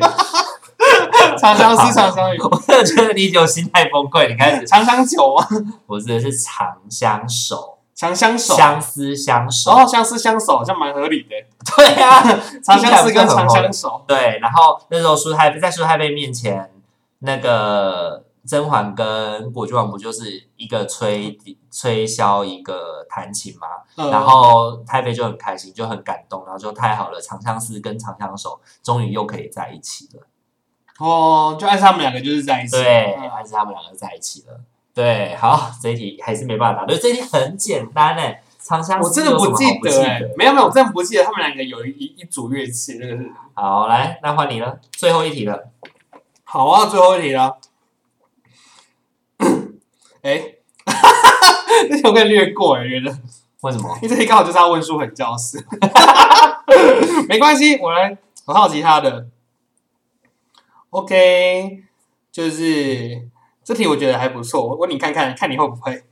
Speaker 2: 长相思，长相远，
Speaker 1: *laughs* 我真的觉得你有心态崩溃，你开始
Speaker 2: 长相久啊，
Speaker 1: 不是是长相守，
Speaker 2: 长相守，
Speaker 1: 相思相守，
Speaker 2: 哦，相思相守，好像蛮合理的，
Speaker 1: 对
Speaker 2: *laughs*
Speaker 1: 啊，
Speaker 2: 长相思
Speaker 1: 听起
Speaker 2: 跟
Speaker 1: 来
Speaker 2: 长
Speaker 1: 不是很
Speaker 2: 相守。
Speaker 1: 对，然后那时候舒太妃在舒太妃面前，那个甄嬛跟果郡王不就是一个吹笛吹箫，一个弹琴吗？
Speaker 2: 嗯
Speaker 1: 然后太妃就很开心，就很感动，然后就太好了，长相思跟长相守终于又可以在一起
Speaker 2: 嗯
Speaker 1: 了。
Speaker 2: 哦，就暗示他们两个就是在一起。
Speaker 1: 对，
Speaker 2: 嗯
Speaker 1: 还是他们两个在一起了。对，好，这一题还是没办法答对，这一题很简单哎、长相思
Speaker 2: 我真的
Speaker 1: 有什
Speaker 2: 不
Speaker 1: 么
Speaker 2: 记
Speaker 1: 好
Speaker 2: 得哎、没有没有，我真的不记得他们两个有一一组乐器，那个是。
Speaker 1: 好，来，那换你了，最后一题了。
Speaker 2: 好啊，最后一题了。 *coughs* 哎， *laughs* 这题我可以略过、欸，觉得，
Speaker 1: 为什么？
Speaker 2: *laughs* 因为这题刚好就是要问书很教室。 *laughs* 没关系，我来，我好奇他的。OK，就是这题我觉得还不错，我问你看看，看你会不会。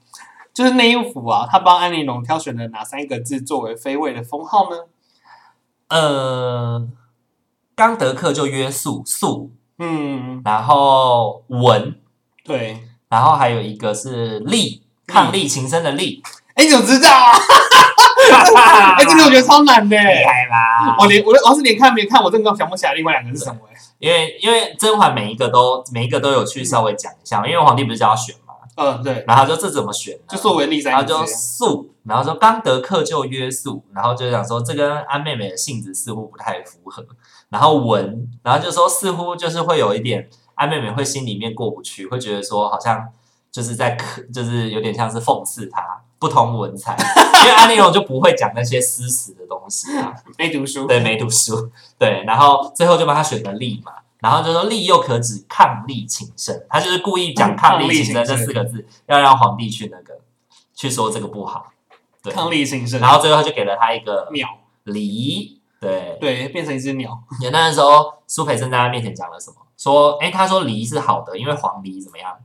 Speaker 2: 就是内衣服啊，他帮安陵容挑选了哪三个字作为妃位的封号呢？
Speaker 1: 呃，刚德克就约束素，
Speaker 2: 嗯，
Speaker 1: 然后文，
Speaker 2: 对。
Speaker 1: 然后还有一个是力，抗力情深的力，
Speaker 2: 哎，你怎么知道啊？
Speaker 1: *laughs*
Speaker 2: 哎，这个我觉得超难的。
Speaker 1: 厉害吧？
Speaker 2: 我连我我要是连看没看，我真的想不起来另外两个是什么。哎
Speaker 1: 因为因为甄嬛每一个都每一个都有去稍微讲一下嘛，因为皇帝不是叫他选嘛，
Speaker 2: 嗯，对，
Speaker 1: 然后他说这怎么选呢？
Speaker 2: 就作为例
Speaker 1: 然后
Speaker 2: 三
Speaker 1: 就素，然后说刚德克就约束，然后就想说这跟安妹妹的性子似乎不太符合，然后文，然后就说似乎就是会有一点安妹妹会心里面过不去，会觉得说好像就是在刻，就是有点像是讽刺他不通文采，因为安陵容就不会讲那些诗词的东西啊，
Speaker 2: 没读书，
Speaker 1: 对，没读书，对，然后最后就帮他选了力嘛，然后就说力又可指抗力情深，他就是故意
Speaker 2: 嗯
Speaker 1: 讲抗力情深这四个字，要让皇帝去那个去说这个不好，对，
Speaker 2: 抗力新生，
Speaker 1: 然后最后就给了他一个
Speaker 2: 鸟，
Speaker 1: 梨，对，
Speaker 2: 对，变成一只鸟，
Speaker 1: 也那时候苏培盛在他面前讲了什么？说，哎，他说梨是好的，因为黄梨怎么样？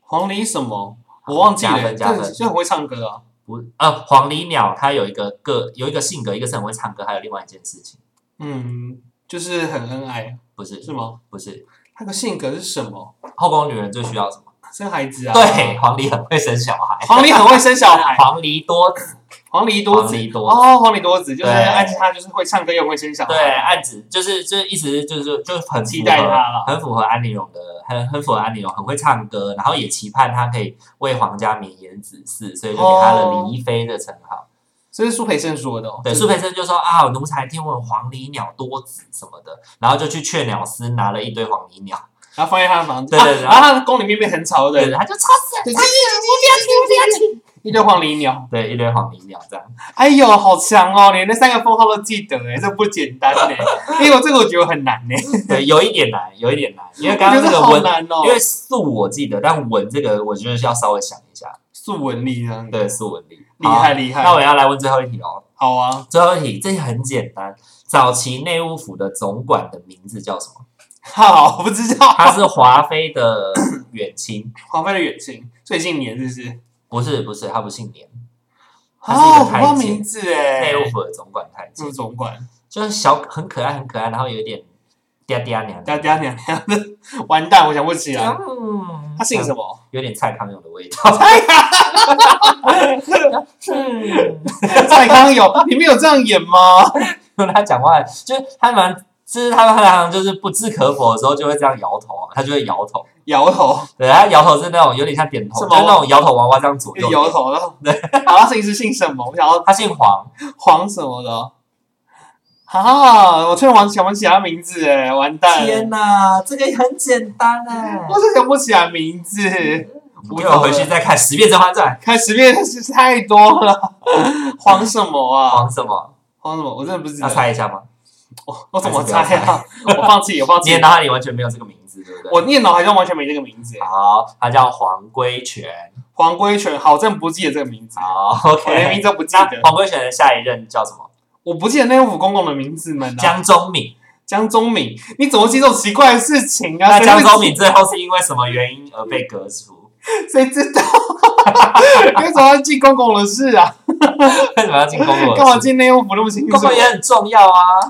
Speaker 2: 黄鹂什么？我忘记
Speaker 1: 加
Speaker 2: 了，
Speaker 1: 分加
Speaker 2: 这
Speaker 1: 分
Speaker 2: 这很会唱歌啊。
Speaker 1: 不，呃，黄鹂鸟它有一个个有一个性格，一个是很会唱歌，还有另外一件事情，
Speaker 2: 嗯，就是很恩爱，
Speaker 1: 不是
Speaker 2: 是吗？
Speaker 1: 不是，
Speaker 2: 他的性格是什么？
Speaker 1: 后宫女人最需要什么？
Speaker 2: 生孩子啊？
Speaker 1: 对，，黄鹂很会生小孩，
Speaker 2: 黄鹂很会生小
Speaker 1: *laughs*
Speaker 2: 孩，
Speaker 1: 黄鹂多
Speaker 2: 黄鹂多
Speaker 1: 黄
Speaker 2: 子
Speaker 1: 鹂多子
Speaker 2: 哦，黄鹂多子就是
Speaker 1: 对
Speaker 2: 暗示他就是会唱歌又会生小
Speaker 1: 对
Speaker 2: 孩，
Speaker 1: 案子就是就是一直就是就是很
Speaker 2: 期
Speaker 1: 符
Speaker 2: 待
Speaker 1: 合
Speaker 2: 他了
Speaker 1: 很符合安陵容的，很很符合安陵容，很会唱歌，然后也期盼他可以为皇家绵延子嗣，所以就给他了“
Speaker 2: 哦
Speaker 1: 离妃”的称号。
Speaker 2: 这是苏培盛说的哦。
Speaker 1: 对，
Speaker 2: 就是
Speaker 1: 苏培盛就说啊，奴才听闻黄鹂鸟多子什么的，然后就去雀鸟司拿了一堆黄鹂鸟，
Speaker 2: 然后放在他的房子，
Speaker 1: 对对对
Speaker 2: 啊然后他的宫里面变很吵的
Speaker 1: 对，，他就吵死
Speaker 2: 对
Speaker 1: 了，
Speaker 2: 哎对一堆黄鹂鸟。
Speaker 1: 对，一堆黄鹂鸟这样。
Speaker 2: 哎呦，好强哦！连那三个封号都记得哎，这不简
Speaker 1: *laughs*
Speaker 2: 单哎。哎呦，这个我觉得很难哎，
Speaker 1: 对，有一点难，有一点难，因为
Speaker 2: *laughs* 我
Speaker 1: 刚
Speaker 2: 觉
Speaker 1: 刚
Speaker 2: 得
Speaker 1: 这个
Speaker 2: 好
Speaker 1: 文，
Speaker 2: 难哦
Speaker 1: 因。为素我记得，但文这个我觉得是要稍微想一下。
Speaker 2: 素文力这样，
Speaker 1: 对，素文厉
Speaker 2: 厉害厉害
Speaker 1: 那我要来问最后一题哦。
Speaker 2: 好啊。
Speaker 1: 最后一题，这题很简单。早期内务府的总管的名字叫什么？
Speaker 2: 好，我不知道。
Speaker 1: 他是华妃
Speaker 2: *coughs*
Speaker 1: 的远亲，
Speaker 2: 黄飞的远亲，最近年是不是？
Speaker 1: 不是不是，他不姓连，他是
Speaker 2: 啊，
Speaker 1: 一个
Speaker 2: 我不
Speaker 1: 太
Speaker 2: 知道
Speaker 1: 监
Speaker 2: 名字哎
Speaker 1: 内。务府的总管太监
Speaker 2: 是，总管，
Speaker 1: 就是小很可爱很可爱，然后有一点嗲嗲娘娘，
Speaker 2: 大家娘娘的，完蛋，我想不起来。
Speaker 1: 嗯，
Speaker 2: 他姓什么？
Speaker 1: 有点蔡康永的味道。 *laughs* 嗯，
Speaker 2: 蔡康 *laughs* 永，你们有这样演吗？
Speaker 1: 他讲话就是他蛮，就是他们常常就是不置可否的时候就会这样摇头，啊他就会摇头。
Speaker 2: 摇头，
Speaker 1: 对，他摇头是那种有点像点头，
Speaker 2: 是
Speaker 1: 就
Speaker 2: 吗
Speaker 1: 是那种摇头娃娃这样左右。
Speaker 2: 摇。头了。对，好，他姓是姓什么？我想要
Speaker 1: 他姓黄，
Speaker 2: 黄什么的。啊！我突然想不起他名字，哎，完蛋！
Speaker 1: 天哪，这个也很简单哎。
Speaker 2: 我是想不起来名字，
Speaker 1: 我有回去再看十遍《甄嬛传
Speaker 2: 看十遍是太多了。 *laughs* 黄什么》，啊？
Speaker 1: 黄什么？
Speaker 2: 黄什么？我真的不知道
Speaker 1: 要。猜一下吗？
Speaker 2: 我我怎么猜啊？ *laughs* 我放弃，我放
Speaker 1: 你
Speaker 2: 弃
Speaker 1: 的。脑海里完全没有这个名字，对不对？
Speaker 2: 我念脑海中完全没这个名字。
Speaker 1: 好，他叫黄规全。
Speaker 2: 黄规全，好，我真的不记得这个名字，
Speaker 1: 好
Speaker 2: 我连名
Speaker 1: ，OK。
Speaker 2: 字都不记
Speaker 1: 那
Speaker 2: 得。
Speaker 1: 黄规全的下一任叫什么？
Speaker 2: 我不记得那五公公的名字们啊。
Speaker 1: 江忠敏。
Speaker 2: 江忠敏，你怎么记这种奇怪的事情啊？
Speaker 1: 那
Speaker 2: 谁
Speaker 1: 江
Speaker 2: 会
Speaker 1: 忠敏最后是因为什么原因而被革除？
Speaker 2: 谁知道？ *laughs* 为什么要记公公的事啊？
Speaker 1: 为什么要进公我？
Speaker 2: 干嘛？进内务府那么清楚
Speaker 1: 公？公也很重要啊。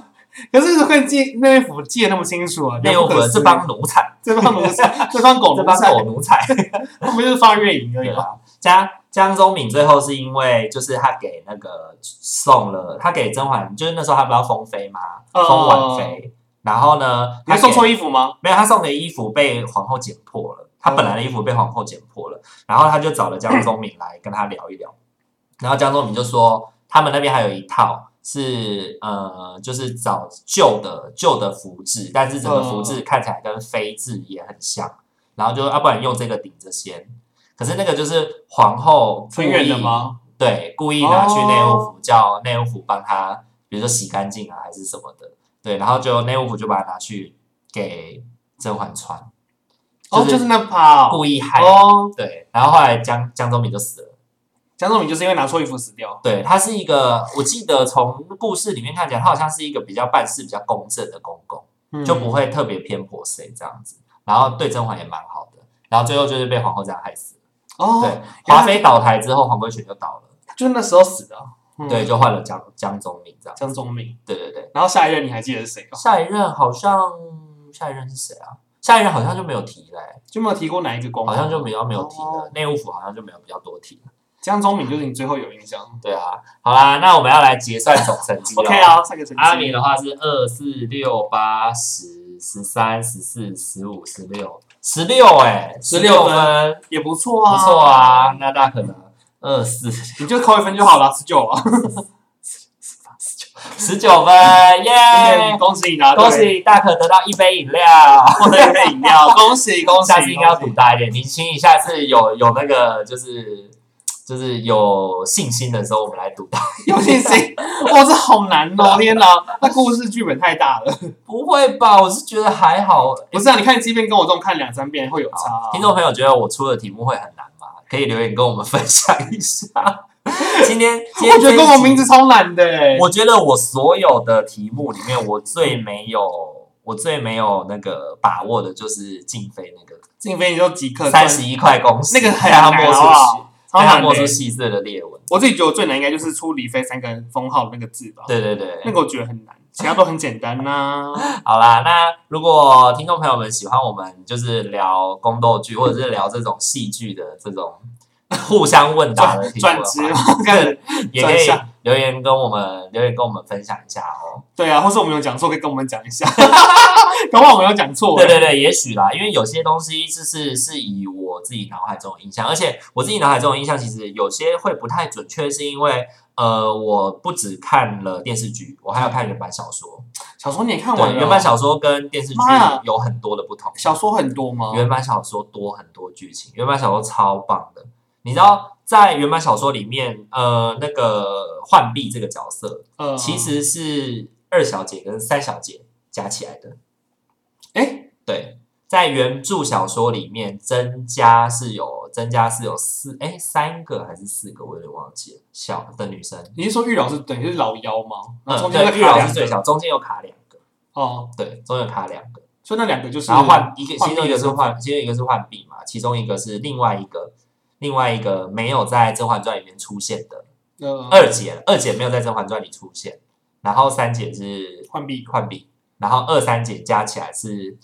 Speaker 2: 可是会记内务府记得那么清楚啊？
Speaker 1: 内务府的这帮奴才，
Speaker 2: 这帮奴才，这帮狗
Speaker 1: 这
Speaker 2: 奴
Speaker 1: 帮
Speaker 2: 才，
Speaker 1: 狗奴才。
Speaker 2: 他们就是放月影而已
Speaker 1: 对
Speaker 2: 嘛。
Speaker 1: 吧？江哦江宗敏最后是因为就是他给那个送了，他给甄嬛，就是那时候他不要封妃嘛，
Speaker 2: 哦
Speaker 1: 封婉妃。然后呢，
Speaker 2: 你
Speaker 1: 他
Speaker 2: 还送错
Speaker 1: 衣
Speaker 2: 衣服吗？
Speaker 1: 没有，他送的衣服被皇后剪破了，他本来的衣服被皇后剪破了，然后他就找了江宗敏来跟他聊一聊，然后江宗敏就说他们那边还有一套。是呃，就是找旧的旧的服制，但是整个服
Speaker 2: 嗯
Speaker 1: 制看起来跟妃制也很像，然后就要、啊、不然用这个顶着先。可是那个就是皇后故
Speaker 2: 纯
Speaker 1: 意
Speaker 2: 远的？吗？
Speaker 1: 对，故意拿去内务府，叫内务府帮他，比如说洗干净啊，还是什么的。对，然后就内务府就把它拿去给甄嬛穿，
Speaker 2: 哦，就是那趴哦。
Speaker 1: 故意害。
Speaker 2: 哦，
Speaker 1: 对，然后后来江江宗敏就死了。
Speaker 2: 江仲明就是因为拿错衣服死掉。
Speaker 1: 对，他是一个，我记得从故事里面看起来，他好像是一个比较办事比较公正的公公，
Speaker 2: 嗯
Speaker 1: 就不会特别偏颇谁这样子。然后对甄嬛也蛮好的，然后最后就是被皇后这样害死了。
Speaker 2: 哦，
Speaker 1: 对，华妃倒台之后，黄贵全就倒了。
Speaker 2: 就是那时候死的。嗯
Speaker 1: 对，，就换了江江宗明这样。
Speaker 2: 江宗明。
Speaker 1: 对对对，
Speaker 2: 然后下一任你还记得是谁吗？
Speaker 1: 下一任好像下一任是谁啊？下一任好像就没有提嘞、
Speaker 2: 就没有提过哪一个公
Speaker 1: 好
Speaker 2: 民？
Speaker 1: 像就比较没有提了
Speaker 2: 哦。
Speaker 1: 内务府好像就没有比较多提了。
Speaker 2: 江宗明就是你最后有印象。
Speaker 1: 对啊，好啦，那我们要来结算总成绩了。
Speaker 2: *laughs* OK 啊，下个成绩。
Speaker 1: 阿米的话是二四六八十十三十四十五十六十六哎
Speaker 2: 16
Speaker 1: 分
Speaker 2: 也不错
Speaker 1: 不
Speaker 2: 啊，
Speaker 1: 错啊，，那大可能二四
Speaker 2: 你就扣一分就好了，十九啊。
Speaker 1: 十九分耶！
Speaker 2: 恭喜你答对，
Speaker 1: 恭喜大可得到一杯饮料，
Speaker 2: 获得一杯饮料， *laughs* 恭喜恭喜！
Speaker 1: 下次应该要
Speaker 2: 恭
Speaker 1: 赌
Speaker 2: 喜
Speaker 1: 大一点。你请你下次有有那个就是就是有信心的时候，我们来赌大。
Speaker 2: 有信心，哇，这好难 *laughs* 哦！天哪，那故事剧本太大了。
Speaker 1: 不会吧？我是觉得还好。
Speaker 2: 不是啊，你看即便跟我这种看两三遍会有差啊。
Speaker 1: 听众朋友觉得我出的题目会很难吗？可以留言跟我们分享一下。今天，今
Speaker 2: 我
Speaker 1: 天
Speaker 2: 觉得跟我名
Speaker 1: 字，
Speaker 2: 字超难的欸，
Speaker 1: 我觉得我所有的题目里面，我最没有，我最没有那个把握的就是静妃那个
Speaker 2: 静飞你就即刻
Speaker 1: 三十一块公式，
Speaker 2: 那个很
Speaker 1: 被他
Speaker 2: 难
Speaker 1: 摸
Speaker 2: 好
Speaker 1: 出
Speaker 2: 不
Speaker 1: 细，
Speaker 2: 好？
Speaker 1: 被
Speaker 2: 超
Speaker 1: 他
Speaker 2: 难的
Speaker 1: 摸出
Speaker 2: 欸。
Speaker 1: 细致的裂纹。
Speaker 2: 我自己觉得我最难应该就是出“李飞”三个封号的那个字吧，
Speaker 1: 对对对，
Speaker 2: 那个我觉得很难，其他都很简单啊
Speaker 1: *laughs*
Speaker 2: 呐。
Speaker 1: 好啦，那如果听众朋友们喜欢我们就是聊宫斗剧，或者是聊这种戏剧的这种互相问答的题目
Speaker 2: 转
Speaker 1: 的
Speaker 2: 职
Speaker 1: 话， *laughs*
Speaker 2: 这样
Speaker 1: 也可
Speaker 2: 转
Speaker 1: 以
Speaker 2: 向
Speaker 1: 留言跟我们留言跟我们分享一下哦。
Speaker 2: 对啊，或是我们有讲错，可以跟我们讲一下。 *laughs* 搞不好我们有讲错欸，
Speaker 1: 对对对，也许啦，因为有些东西就是是以我自己脑海中的印象，而且我自己脑海中的印象其实有些会不太准确，是因为呃，我不只看了电视剧，我还要看原版小说。
Speaker 2: 小说你也看完
Speaker 1: 对，
Speaker 2: 了，
Speaker 1: 原版小说跟电视剧
Speaker 2: 妈呀
Speaker 1: 有很多的不同。
Speaker 2: 小说很多吗？
Speaker 1: 原版小说多很多剧情，原版小说超棒的。你知道，在原版小说里面，呃，那个浣碧这个角色
Speaker 2: 呃
Speaker 1: 其实是二小姐跟三小姐加起来的。
Speaker 2: 哎，
Speaker 1: 对，在原著小说里面，增加是有增加是有四哎三个还是四个，我有点忘记了。小的女生，
Speaker 2: 你是说玉老师等于是老幺吗？然后
Speaker 1: 嗯，
Speaker 2: 中间再
Speaker 1: 对，玉
Speaker 2: 卡
Speaker 1: 老是
Speaker 2: 两
Speaker 1: 最
Speaker 2: 个
Speaker 1: 小，中间有卡两个，
Speaker 2: 哦，
Speaker 1: 对，中间有卡两个。
Speaker 2: 所以那两个就是
Speaker 1: 然后换一个，
Speaker 2: 浣
Speaker 1: 其中
Speaker 2: 碧
Speaker 1: 一个
Speaker 2: 的
Speaker 1: 是
Speaker 2: 身份
Speaker 1: 换，其中一个是换币嘛，其中一个是另外一个，另外一个没有在《甄嬛传》里面出现的
Speaker 2: 呃
Speaker 1: 二姐，二姐没有在《甄嬛传》里出现，然后三姐是
Speaker 2: 浣碧
Speaker 1: 换币，然后二三姐加起来是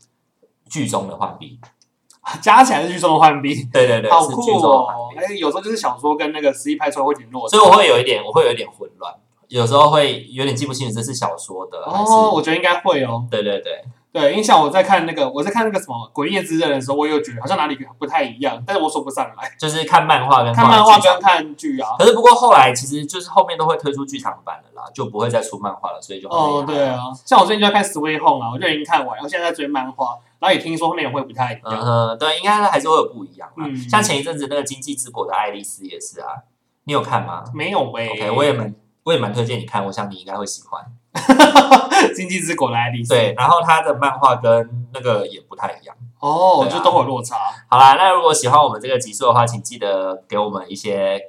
Speaker 1: 剧中的换币，
Speaker 2: *laughs* 加起来是剧中的浣碧，
Speaker 1: 对对对，
Speaker 2: 好
Speaker 1: 是
Speaker 2: 酷
Speaker 1: 剧中的换
Speaker 2: 哦！
Speaker 1: 币，
Speaker 2: 哎，有时候就是小说跟那个实际拍出来会有点落差，
Speaker 1: 所以我会有一点，我会有一点混乱，有时候会有点记不清楚这是小说的还是，
Speaker 2: 哦，我觉得应该会哦。
Speaker 1: 对对对，
Speaker 2: 对，因为像我在看那个我在看那个什么《鬼灭之刃》的时候，我也有觉得好像哪里不太一样，但是我说不上来。
Speaker 1: 就是看漫画跟
Speaker 2: 看漫画
Speaker 1: 剧场
Speaker 2: 跟看剧啊，
Speaker 1: 可是不过后来其实就是后面都会推出剧场版了啦，就不会再出漫画了，所以就
Speaker 2: 哦，
Speaker 1: 很厉害
Speaker 2: 对。啊，像我最近就在看《Sweet Home》啊，我就已经看完，我现在在追漫画，然后也听说内容会不太一
Speaker 1: 嗯
Speaker 2: 样。
Speaker 1: 哼，对，应该还是会有不一样啦。
Speaker 2: 嗯
Speaker 1: 像前一阵子那个《经济之国》的爱丽丝也是啊，你有看吗
Speaker 2: 没有欸喂、
Speaker 1: ？OK，我也蛮我也蛮推荐你看，我想你应该会喜欢。
Speaker 2: *laughs* 经济之国的爱丽丝。
Speaker 1: 对，，然后它的漫画跟那个也不太一样。
Speaker 2: 哦，
Speaker 1: 对啊
Speaker 2: 就都会有落差。
Speaker 1: 好啦，那如果喜欢我们这个集数的话，请记得给我们一些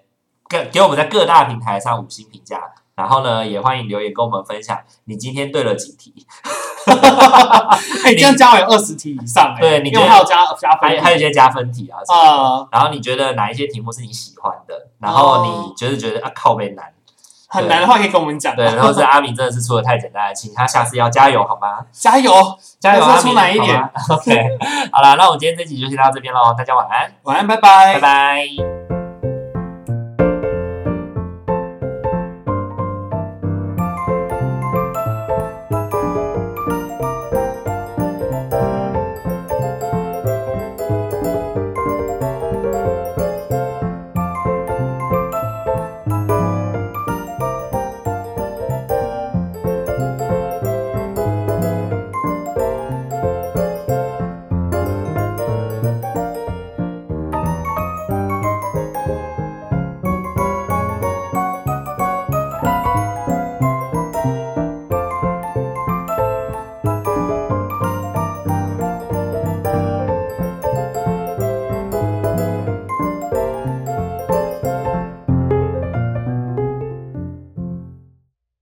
Speaker 1: 各给我们在各大平台上五星评价，然后呢，也欢迎留言跟我们分享你今天对了几题。
Speaker 2: *laughs* 哎、这样加完有二十题以上哎、
Speaker 1: 对你
Speaker 2: 因为我还有加加
Speaker 1: 还
Speaker 2: 分
Speaker 1: 有还有一些加分题啊什么的
Speaker 2: 啊、
Speaker 1: 然后你觉得哪一些题目是你喜欢的？
Speaker 2: 哦
Speaker 1: 然后你就是觉得啊靠背难，
Speaker 2: 很难的话可以跟我们讲。啊
Speaker 1: 对，然后是阿明真的是出的太简单了，请他下次要加油好吗？
Speaker 2: *laughs* 加油，
Speaker 1: 加油，啊
Speaker 2: 但
Speaker 1: 阿
Speaker 2: 是
Speaker 1: 明
Speaker 2: 出难一点
Speaker 1: *laughs* 好吗 OK，好啦，那我们今天这集就先到这边喽，大家晚安，
Speaker 2: 晚安，
Speaker 1: 拜拜。